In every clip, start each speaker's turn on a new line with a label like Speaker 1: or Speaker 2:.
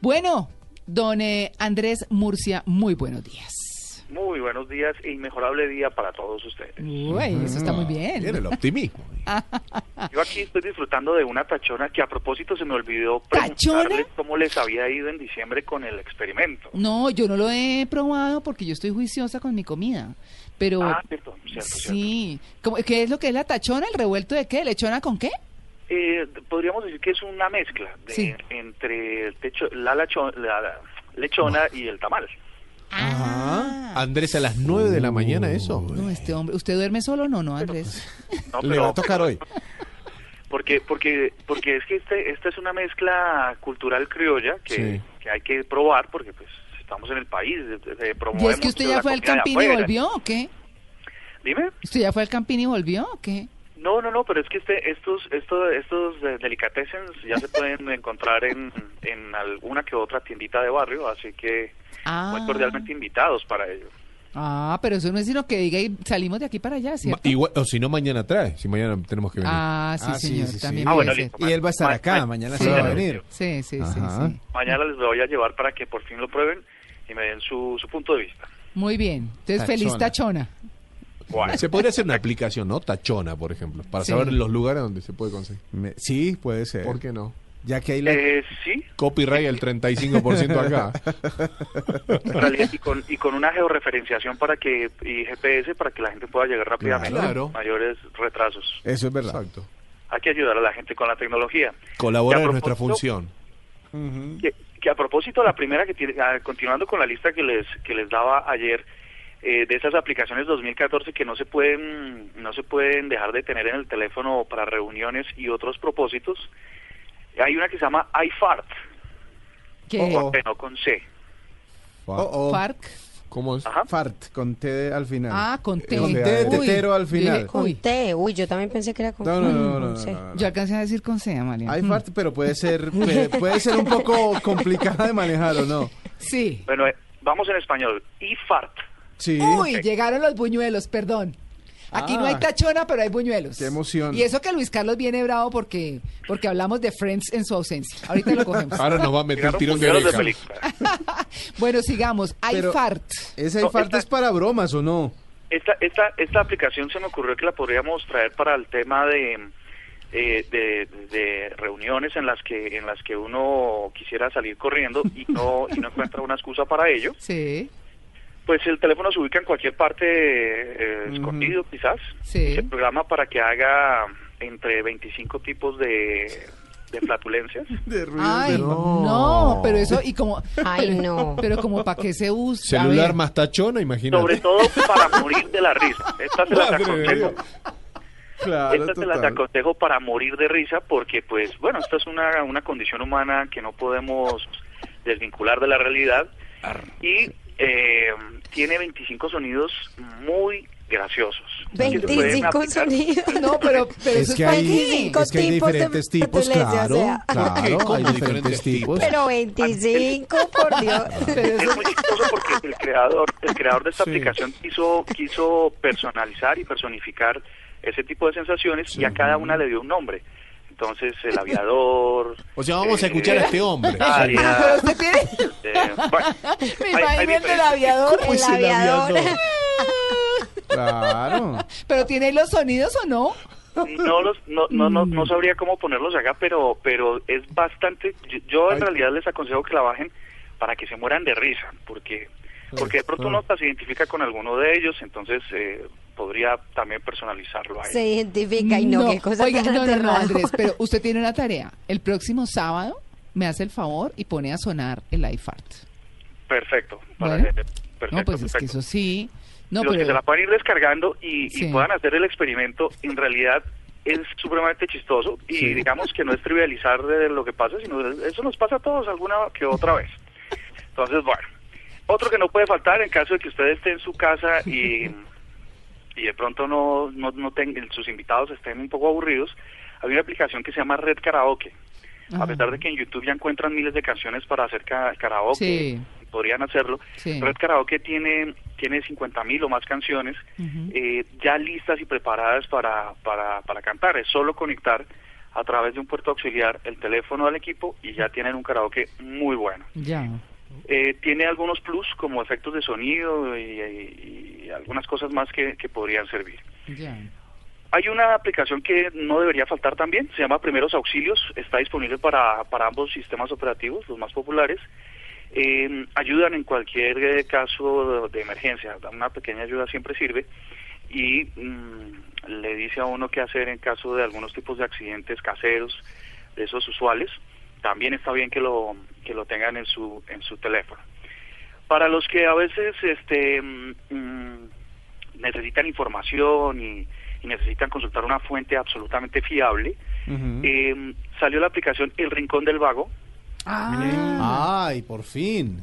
Speaker 1: Bueno, don eh, Andrés Murcia, muy buenos días.
Speaker 2: Muy buenos días e inmejorable día para todos ustedes.
Speaker 1: Uy, eso está muy bien. Ah.
Speaker 3: el optimismo.
Speaker 2: Yo aquí estoy disfrutando de una tachona que a propósito se me olvidó preguntarles
Speaker 1: ¿Tachona?
Speaker 2: cómo les había ido en diciembre con el experimento.
Speaker 1: No, yo no lo he probado porque yo estoy juiciosa con mi comida. Pero
Speaker 2: Ah, cierto, cierto,
Speaker 1: sí, ¿Cómo- ¿qué es lo que es la tachona? ¿El revuelto de qué? ¿Lechona con qué?
Speaker 2: Eh, podríamos decir que es una mezcla de-
Speaker 1: Sí.
Speaker 2: entre el techo, la, lacho- la lechona y el tamal.
Speaker 1: Ah.
Speaker 3: Andrés, a las 9 de la mañana eso.
Speaker 1: No, este hombre, ¿usted duerme solo o no, no, Andrés?
Speaker 2: No,
Speaker 3: Le va a tocar hoy.
Speaker 2: Porque, porque, porque es que este, esta es una mezcla cultural criolla que,
Speaker 3: Sí.
Speaker 2: que hay que probar porque pues estamos en el país, eh, eh,
Speaker 1: ¿Y
Speaker 2: promovemos
Speaker 1: es que usted
Speaker 2: la
Speaker 1: ya fue al
Speaker 2: comida de
Speaker 1: Campín y
Speaker 2: afuera.
Speaker 1: volvió o qué?
Speaker 2: Dime.
Speaker 1: ¿Usted ya fue al Campín y volvió o qué?
Speaker 2: No, no, no, pero es que este, estos, estos, estos eh, delicatessens ya se pueden encontrar en, en alguna que otra tiendita de barrio, así que
Speaker 1: Ah.
Speaker 2: muy Pues, cordialmente invitados para ello.
Speaker 1: Ah, pero eso no es sino que diga y salimos de aquí para allá,
Speaker 3: Ma-
Speaker 1: ¿cierto?
Speaker 3: igual- o si no, mañana trae. Si mañana tenemos que venir.
Speaker 1: Ah, sí,
Speaker 4: Ah, sí,
Speaker 1: señor,
Speaker 4: sí, sí.
Speaker 1: también
Speaker 4: Ah,
Speaker 1: puede
Speaker 2: bueno,
Speaker 1: ser.
Speaker 2: listo.
Speaker 4: Y él va a estar
Speaker 2: Ma-
Speaker 4: acá,
Speaker 2: ma-
Speaker 4: mañana
Speaker 1: Sí.
Speaker 4: se va a
Speaker 3: Claro.
Speaker 4: venir.
Speaker 1: Sí, sí, sí,
Speaker 3: Ajá.
Speaker 1: sí.
Speaker 2: Mañana les voy a llevar para que por fin lo prueben y me den su, su punto de vista.
Speaker 1: Muy bien. Entonces,
Speaker 4: Tachona.
Speaker 1: feliz tachona.
Speaker 3: Se podría hacer una aplicación, ¿no? Tachona, por ejemplo, para
Speaker 1: Sí.
Speaker 3: saber los lugares donde se puede conseguir.
Speaker 4: Me- sí, puede ser.
Speaker 3: ¿Por qué no?
Speaker 4: Ya que hay la...
Speaker 2: Eh, sí,
Speaker 3: Copyright el 35% acá.
Speaker 2: en realidad, y con, y con una georreferenciación para que y GPS para que la gente pueda llegar rápidamente
Speaker 3: Claro.
Speaker 2: sin mayores retrasos.
Speaker 4: Eso es verdad.
Speaker 3: Exacto.
Speaker 2: Hay que ayudar a la gente con la tecnología.
Speaker 3: Colabora
Speaker 2: Y a
Speaker 3: en nuestra
Speaker 2: propósito,
Speaker 3: función.
Speaker 4: Ujú.
Speaker 2: Que, que a propósito, la primera que tiene, ah, continuando con la lista que les, que les daba ayer, eh, de esas aplicaciones 2014 que no se pueden, no se pueden dejar de tener en el teléfono para reuniones y otros propósitos, hay una que se llama iFart,
Speaker 1: Que
Speaker 4: Oh,
Speaker 2: con P, no con C.
Speaker 3: Fa-
Speaker 4: Oh, oh. Fart.
Speaker 1: Farc.
Speaker 3: ¿Cómo es?
Speaker 2: Ajá.
Speaker 4: con T al final. Eh,
Speaker 1: Ah, con T.
Speaker 4: Con T de
Speaker 1: Uy.
Speaker 4: tetero al
Speaker 1: Yo dije,
Speaker 4: final.
Speaker 5: Con
Speaker 1: uy.
Speaker 5: T, uy, yo también pensé que era con
Speaker 4: No, no,
Speaker 5: con-
Speaker 4: no, no,
Speaker 5: con
Speaker 4: no,
Speaker 5: C.
Speaker 4: no, no.
Speaker 1: Yo alcancé a decir con C, Amalia.
Speaker 4: Hay
Speaker 1: Mm.
Speaker 4: fart, pero puede ser, puede, puede ser un poco complicada de manejar, ¿o no?
Speaker 1: Sí.
Speaker 2: Bueno, eh, vamos en español, iFart.
Speaker 4: Sí.
Speaker 1: Uy, llegaron los buñuelos, perdón. Aquí no hay
Speaker 4: Ah.
Speaker 1: tachona, pero hay buñuelos.
Speaker 4: Qué emoción.
Speaker 1: Y eso que Luis Carlos viene bravo porque, porque hablamos de Friends en su ausencia. Ahorita lo cogemos.
Speaker 4: Ah.
Speaker 3: Ahora nos va a meter
Speaker 2: Llegaron
Speaker 3: tirón de
Speaker 2: puñeros de
Speaker 3: oreja.
Speaker 2: película.
Speaker 1: bueno, sigamos. Hay
Speaker 4: Pero-
Speaker 1: fart.
Speaker 4: Esa hay
Speaker 2: No,
Speaker 4: fart
Speaker 2: esta-
Speaker 4: es para bromas, ¿o no?
Speaker 2: Esta, esta, esta aplicación se me ocurrió que la podríamos traer para el tema de, eh, de, de reuniones en las que en las que uno quisiera salir corriendo y no y no encuentra una excusa para ello.
Speaker 1: Sí.
Speaker 2: Pues el teléfono se ubica en cualquier parte eh,
Speaker 4: Ujú.
Speaker 2: escondido, quizás.
Speaker 1: Sí.
Speaker 2: Y Se programa para que haga entre 25 tipos de, de flatulencias.
Speaker 4: De ruidos
Speaker 1: Ay,
Speaker 4: de-
Speaker 1: no. pero eso, y como.
Speaker 5: Ay,
Speaker 1: pero-
Speaker 5: no.
Speaker 1: Pero como para qué se usa. A
Speaker 3: Celular
Speaker 1: ver,
Speaker 3: más tachona, imagínate.
Speaker 2: Sobre todo para morir de la risa. Esta
Speaker 4: Ah,
Speaker 2: se las
Speaker 3: Madre de
Speaker 2: aconsejo.
Speaker 3: Dios.
Speaker 4: Claro,
Speaker 2: Estas te las
Speaker 4: total.
Speaker 2: aconsejo para morir de risa porque, pues, bueno, esta es una, una condición humana que no podemos desvincular de la realidad y eh, tiene 25 sonidos muy graciosos. que se pueden
Speaker 5: 25
Speaker 2: aplicar.
Speaker 5: sonidos.
Speaker 1: No, pero, pero eso
Speaker 4: Es que
Speaker 1: para
Speaker 4: hay,
Speaker 1: qué.
Speaker 5: Cinco
Speaker 4: es que hay
Speaker 5: tipos de
Speaker 4: diferentes tipos,
Speaker 5: flatulencias,
Speaker 4: claro.
Speaker 5: o sea.
Speaker 4: Claro,
Speaker 3: ¿Qué? ¿Cómo
Speaker 4: hay
Speaker 3: diferentes
Speaker 4: diferentes tipos.
Speaker 5: Pero 25, por Dios.
Speaker 1: Pero eso-
Speaker 2: Es muy chistoso porque el creador, el creador de esta
Speaker 3: Sí.
Speaker 2: aplicación quiso, quiso personalizar y personificar ese tipo de sensaciones y a cada una le dio un nombre. Entonces, el aviador.
Speaker 3: O sea, vamos a
Speaker 2: eh,
Speaker 3: escuchar a este hombre.
Speaker 2: Arias,
Speaker 1: Pero usted tiene.
Speaker 2: eh, bueno,
Speaker 1: Me imagino el
Speaker 2: hay- hay
Speaker 1: del
Speaker 2: diferentes-
Speaker 1: aviador.
Speaker 4: ¿Cómo
Speaker 5: El
Speaker 3: Pues
Speaker 4: es el
Speaker 5: aviador.
Speaker 4: aviador? Claro.
Speaker 1: Pero tiene los sonidos o no?
Speaker 2: No, los, no, no, no,
Speaker 1: Mm.
Speaker 2: no sabría cómo ponerlos acá, pero, pero es bastante. Yo, yo en realidad les aconsejo que la bajen para que se mueran de risa, porque porque de pronto uno hasta se identifica con alguno de ellos, entonces eh, podría también personalizarlo ahí.
Speaker 5: Se identifica y no, qué cosa
Speaker 1: Oiga,
Speaker 5: tan
Speaker 1: no, no, no,
Speaker 5: aterradora.
Speaker 1: Andrés, pero usted tiene una tarea. El próximo sábado me hace el favor y pone a sonar el iFart.
Speaker 2: Perfecto. para-
Speaker 1: Bueno.
Speaker 2: perfecto,
Speaker 1: No, pues es que
Speaker 2: perfecto.
Speaker 1: eso sí. No,
Speaker 2: Los que se
Speaker 1: pero.
Speaker 2: la puedan ir descargando y, y
Speaker 1: Sí.
Speaker 2: puedan hacer el experimento, en realidad es supremamente chistoso y digamos que no es trivializar de lo que pasa, sino eso nos pasa a todos alguna que otra vez. Entonces, bueno, otro que no puede faltar en caso de que usted esté en su casa y, y de pronto no, no, no tengan- sus invitados estén un poco aburridos, hay una aplicación que se llama Red Karaoke.
Speaker 1: Ajá.
Speaker 2: A pesar de que en YouTube ya encuentran miles de canciones para hacer ca- karaoke,
Speaker 1: Sí.
Speaker 2: podrían hacerlo.
Speaker 1: Sí.
Speaker 2: Red Karaoke tiene tiene 50 mil o más canciones
Speaker 1: Ujú.
Speaker 2: eh, ya listas y preparadas para, para, para cantar. Es solo conectar a través de un puerto auxiliar el teléfono al equipo y ya tienen un karaoke muy bueno.
Speaker 1: Ya.
Speaker 2: Eh, tiene algunos plus como efectos de sonido y, y- y algunas cosas más que, que podrían servir.
Speaker 1: Ya.
Speaker 2: Hay una aplicación que no debería faltar también, se llama Primeros Auxilios, está disponible para, para ambos sistemas operativos, los más populares. Eh, ayudan en cualquier eh, caso de emergencia, una pequeña ayuda siempre sirve y mm, le dice a uno qué hacer en caso de algunos tipos de accidentes caseros, de esos usuales. También está bien que lo, que lo tengan en su, en su teléfono. Para los que a veces este, mm, mm, necesitan información y, y necesitan consultar una fuente absolutamente fiable,
Speaker 4: Ujú.
Speaker 2: eh, salió la aplicación El Rincón del Vago.
Speaker 1: Ah,
Speaker 4: Ay, por fin.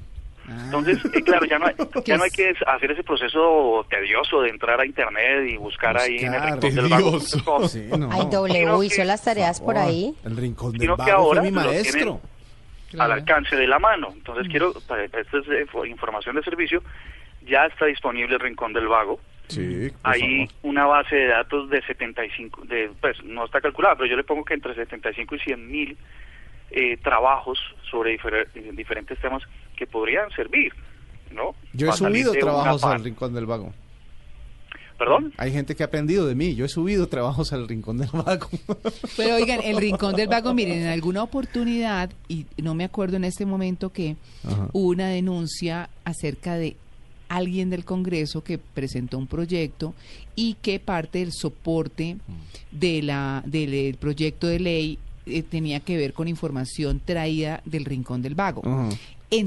Speaker 4: Ah.
Speaker 2: Entonces, eh, claro, ya no, hay, ya no hay que hacer ese proceso tedioso de entrar a Internet y buscar, ahí en El
Speaker 4: Buscar.
Speaker 2: Rincón del Vago.
Speaker 3: Tedioso.
Speaker 4: Sí, no.
Speaker 5: Ay,
Speaker 2: Sino
Speaker 5: W,
Speaker 2: que-
Speaker 5: hizo las tareas por ahí.
Speaker 4: El rincón del
Speaker 2: Sino que
Speaker 4: vago
Speaker 2: ahora pues,
Speaker 4: fue mi
Speaker 2: lo tienen-
Speaker 4: maestro.
Speaker 1: claro.
Speaker 2: al alcance de la mano. Entonces quiero, para- para esta es, eh, fo- información de servicio, ya está disponible el Rincón del Vago.
Speaker 4: Sí, por
Speaker 2: Hay
Speaker 4: favor.
Speaker 2: una base de datos de 75, de, pues no está calculada, pero yo le pongo que entre 75 y 100 mil eh, trabajos sobre difer- diferentes temas que podrían servir, ¿no?
Speaker 4: Yo he
Speaker 2: Para salir
Speaker 4: subido
Speaker 2: de una
Speaker 4: trabajos
Speaker 2: par-
Speaker 4: al rincón del vago.
Speaker 2: ¿Perdón?
Speaker 4: Hay gente que ha aprendido de mí. Yo he subido trabajos al rincón del vago.
Speaker 1: Pero oigan, el rincón del vago, miren, en alguna oportunidad, y no me acuerdo en este momento que
Speaker 4: Ajá.
Speaker 1: hubo una denuncia acerca de alguien del Congreso que presentó un proyecto y que parte del soporte de la, del eh, proyecto de ley eh, tenía que ver con información traída del rincón del vago.
Speaker 4: Ajá.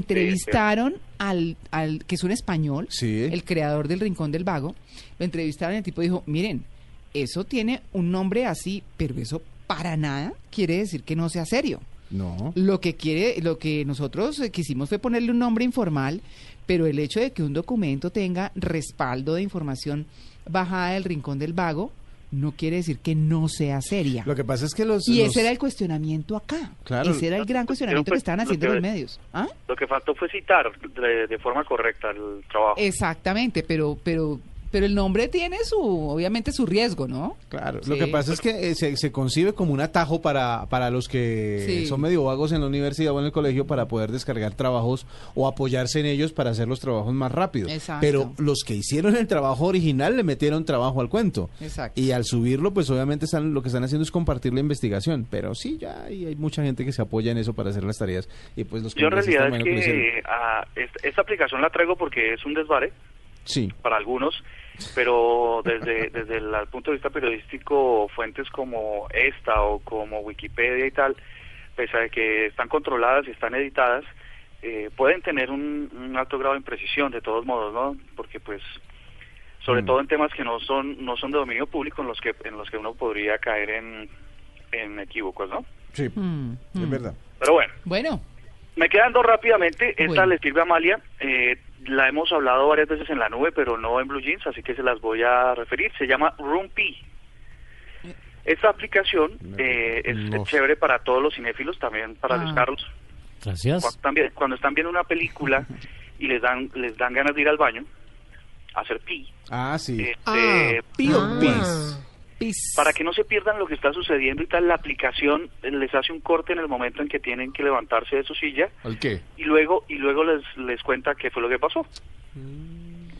Speaker 1: Entrevistaron al, al que es un español,
Speaker 4: Sí.
Speaker 1: el creador del Rincón del Vago, lo entrevistaron y el tipo dijo, miren, eso tiene un nombre así, pero eso para nada quiere decir que no sea serio.
Speaker 4: No.
Speaker 1: Lo que quiere, lo que nosotros eh, quisimos fue ponerle un nombre informal, pero el hecho de que un documento tenga respaldo de información bajada del Rincón del Vago no quiere decir que no sea seria.
Speaker 4: Lo que pasa es que los.
Speaker 1: Y
Speaker 4: los-
Speaker 1: ese era el cuestionamiento acá.
Speaker 4: Claro.
Speaker 1: Ese era el gran cuestionamiento que estaban
Speaker 2: Lo que-
Speaker 1: haciendo los medios. ¿Ah?
Speaker 2: Lo que faltó fue citar de, de forma correcta el trabajo.
Speaker 4: Eh,
Speaker 1: Exactamente, pero, pero, pero el nombre tiene su, obviamente su riesgo, ¿no?
Speaker 4: Claro,
Speaker 1: Sí.
Speaker 4: lo que pasa es que eh, se, se concibe como un atajo para, para los que
Speaker 1: Sí.
Speaker 4: son medio vagos en la universidad o en el colegio para poder descargar trabajos o apoyarse en ellos para hacer los trabajos más rápido.
Speaker 1: Exacto.
Speaker 4: Pero los que hicieron el trabajo original le metieron trabajo al cuento.
Speaker 1: Exacto.
Speaker 4: Y al subirlo, pues obviamente están, lo que están haciendo es compartir la investigación. Pero sí, ya hay, hay mucha gente que se apoya en eso para hacer las tareas. Y pues los
Speaker 2: Yo en
Speaker 4: congresistas,
Speaker 2: realidad es
Speaker 4: bueno, lo hicieron.
Speaker 2: que ah, esta- esta aplicación la traigo porque es un desvare,
Speaker 4: Sí.
Speaker 2: para algunos, pero desde, desde el punto de vista periodístico, fuentes como esta o como Wikipedia y tal, pese a que están controladas y están editadas, eh, pueden tener un, un alto grado de imprecisión de todos modos, ¿no? Porque pues sobre
Speaker 4: Mm.
Speaker 2: todo en temas que no son no son de dominio público en los que en los que uno podría caer en, en equívocos, ¿no?
Speaker 4: Sí,
Speaker 1: Mm, mm.
Speaker 4: es verdad.
Speaker 2: Pero bueno,
Speaker 1: Bueno,
Speaker 2: me quedan dos rápidamente. Esta
Speaker 1: Bueno.
Speaker 2: le sirve a Amalia. Eh, la hemos hablado varias veces en la nube, pero no en Blue Jeans, así que se las voy a referir. Se llama Rumpi.
Speaker 1: Eh.
Speaker 2: Esta aplicación eh, es
Speaker 3: No.
Speaker 2: chévere para todos los cinéfilos, también para Luis
Speaker 1: Ah.
Speaker 2: Carlos.
Speaker 6: Gracias.
Speaker 2: Cuando, también, cuando están viendo una película y les dan les dan ganas de ir al baño, a hacer pi,
Speaker 4: Ah, sí.
Speaker 2: este,
Speaker 3: Ah,
Speaker 4: Pío
Speaker 5: Ah.
Speaker 4: Pis.
Speaker 1: pis.
Speaker 2: para que no se pierdan lo que está sucediendo y tal, la aplicación les hace un corte en el momento en que tienen que levantarse de su silla
Speaker 3: ¿El qué?
Speaker 2: y luego y luego les les cuenta qué fue lo que pasó.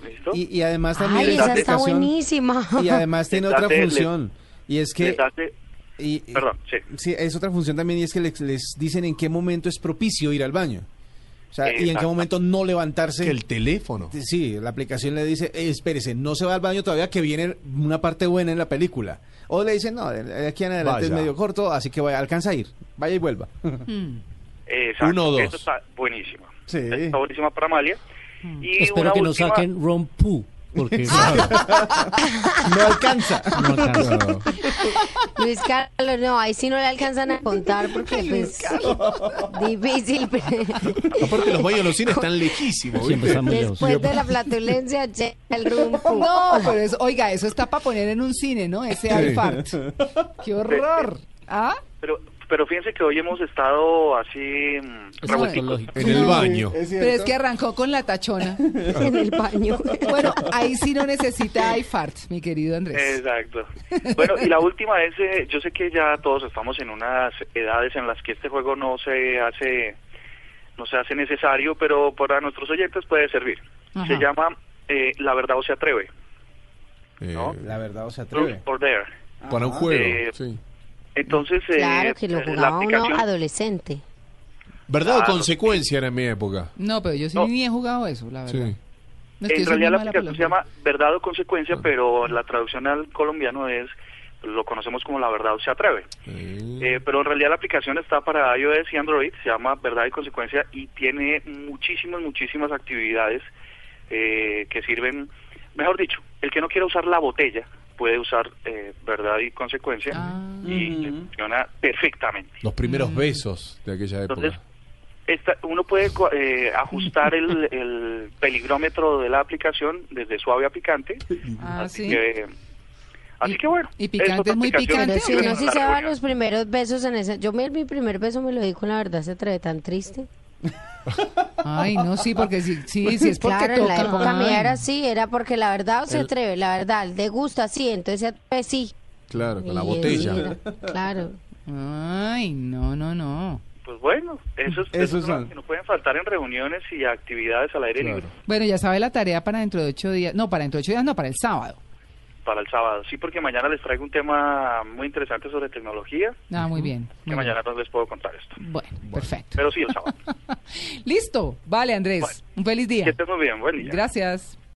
Speaker 2: ¿Listo?
Speaker 4: Mm. Y, y además también
Speaker 5: Ay,
Speaker 2: les
Speaker 4: esta
Speaker 2: das
Speaker 5: esa está
Speaker 4: aplicación-
Speaker 5: buenísima.
Speaker 4: Y además tiene
Speaker 2: Les das
Speaker 4: otra
Speaker 2: de-
Speaker 4: función. Y es que...
Speaker 2: Les hace-
Speaker 4: y- y-
Speaker 2: perdón, sí.
Speaker 4: sí, es otra función también y es que les, les dicen en qué momento es propicio ir al baño. O sea, y en qué
Speaker 2: Exacto.
Speaker 4: momento no levantarse.
Speaker 3: Que el teléfono.
Speaker 4: Sí, la aplicación le dice, "Eh, espérese, no se va al baño todavía que viene una parte buena en la película. O le dicen, no, de- de aquí en adelante es
Speaker 3: Vaya.
Speaker 4: medio corto, así que vaya, alcanza a ir. Vaya y vuelva.
Speaker 1: Mm.
Speaker 2: Exacto.
Speaker 3: Uno o dos.
Speaker 2: Eso está buenísimo.
Speaker 4: Sí. Mm.
Speaker 2: Está buenísima para Amalia. Y
Speaker 6: Espero
Speaker 2: una
Speaker 6: que no
Speaker 2: última- Ah.
Speaker 6: saquen Ron Poo, porque
Speaker 4: No alcanza.
Speaker 6: no alcanza.
Speaker 5: Luis Carlos, no, ahí sí no le alcanzan a contar porque pues difícil.
Speaker 3: No, porque los baños de los cines están lejísimos.
Speaker 6: Siempre
Speaker 3: ¿viste?
Speaker 6: están muy lejos.
Speaker 5: Después de la flatulencia, llega el rumbo.
Speaker 1: No, pero eso, oiga, eso está para poner en un cine, ¿no? Ese alfart. ¡Qué horror! ¿Ah?
Speaker 2: Pero Pero fíjense que hoy hemos estado así mm,
Speaker 6: Es
Speaker 2: revuelticos.
Speaker 6: lógico.
Speaker 3: En el baño.
Speaker 1: Pero es que arrancó con la tachona.
Speaker 5: en el baño.
Speaker 1: Bueno, ahí sí no necesita iFart, mi querido Andrés.
Speaker 2: Exacto. Bueno, y la última es, eh, yo sé que ya todos estamos en unas edades en las que este juego no se hace, no se hace necesario, pero para nuestros oyentes puede servir.
Speaker 1: Ajá.
Speaker 2: Se llama eh, La verdad o se atreve. No.
Speaker 3: Eh,
Speaker 4: La verdad, o sea, atreve.
Speaker 2: Truth or Dare.
Speaker 3: para un juego,
Speaker 2: Eh,
Speaker 3: sí.
Speaker 2: Entonces, eh,
Speaker 5: Claro que lo
Speaker 2: eh,
Speaker 5: jugaba uno adolescente.
Speaker 3: ¿Verdad o
Speaker 2: claro.
Speaker 3: consecuencia era en mi época?
Speaker 1: No, pero yo sí
Speaker 2: No.
Speaker 1: ni he jugado eso, la verdad.
Speaker 2: Eh,
Speaker 3: Sí.
Speaker 1: No, es que yo
Speaker 2: en
Speaker 1: soy muy
Speaker 2: realidad la
Speaker 1: mala
Speaker 2: aplicación se
Speaker 1: para
Speaker 2: llama Verdad o Consecuencia, pero la traducción al colombiano es, lo conocemos como La verdad o se atreve.
Speaker 3: Eh,
Speaker 2: Eh, pero en realidad la aplicación está para iOS y Android, se llama Verdad y Consecuencia y tiene muchísimas, muchísimas actividades eh, que sirven, mejor dicho, el que no quiera usar la botella puede usar eh, Verdad y Consecuencia
Speaker 1: Ah.
Speaker 2: y le funciona perfectamente.
Speaker 3: Los primeros besos de aquella época.
Speaker 2: mm. Entonces, esta- uno puede co- eh, ajustar el, el peligrómetro de la aplicación desde suave a picante.
Speaker 1: Ah,
Speaker 2: así
Speaker 1: sí.
Speaker 2: que, así
Speaker 1: Y-
Speaker 2: que bueno.
Speaker 1: y picante
Speaker 2: otra
Speaker 1: es muy
Speaker 2: aplicación
Speaker 1: picante,
Speaker 5: Pero
Speaker 2: que
Speaker 1: ¿sí?
Speaker 2: sirve
Speaker 5: si uno
Speaker 2: para
Speaker 5: sí
Speaker 2: la
Speaker 5: se daba
Speaker 2: reunión.
Speaker 5: los primeros besos en ese... Yo me, mi primer beso me lo di con la verdad, se atreve tan triste.
Speaker 1: Ay, no, sí, porque sí, sí, sí es porque
Speaker 5: Claro, en la
Speaker 1: toca.
Speaker 5: época mía
Speaker 1: Ay.
Speaker 5: era así, era porque la verdad o se
Speaker 3: El-
Speaker 5: atreve, la verdad, le gusta, sí, entonces se atreve, sí.
Speaker 3: claro, con la
Speaker 2: eh,
Speaker 5: Y
Speaker 3: botella.
Speaker 5: era- Claro.
Speaker 1: Ay, no, no, no.
Speaker 2: Pues bueno, eso es,
Speaker 4: Eso
Speaker 2: eso
Speaker 4: es
Speaker 2: es lo
Speaker 4: algo.
Speaker 2: que no pueden faltar en reuniones y actividades al aire libre
Speaker 1: Bueno, ya sabe la tarea para dentro de ocho días. No, para dentro de ocho días, no, para el sábado.
Speaker 2: para el sábado. Sí, porque mañana les traigo un tema muy interesante sobre tecnología,
Speaker 1: Ah, muy bien.
Speaker 2: que
Speaker 1: muy
Speaker 2: mañana no les puedo contar esto.
Speaker 1: bien. Bueno, perfecto.
Speaker 2: Pero sí, el sábado.
Speaker 1: Listo. Vale, Andrés.
Speaker 2: Bueno.
Speaker 1: Un feliz
Speaker 2: que
Speaker 1: día.
Speaker 2: estés muy bien, buen día.
Speaker 1: Gracias.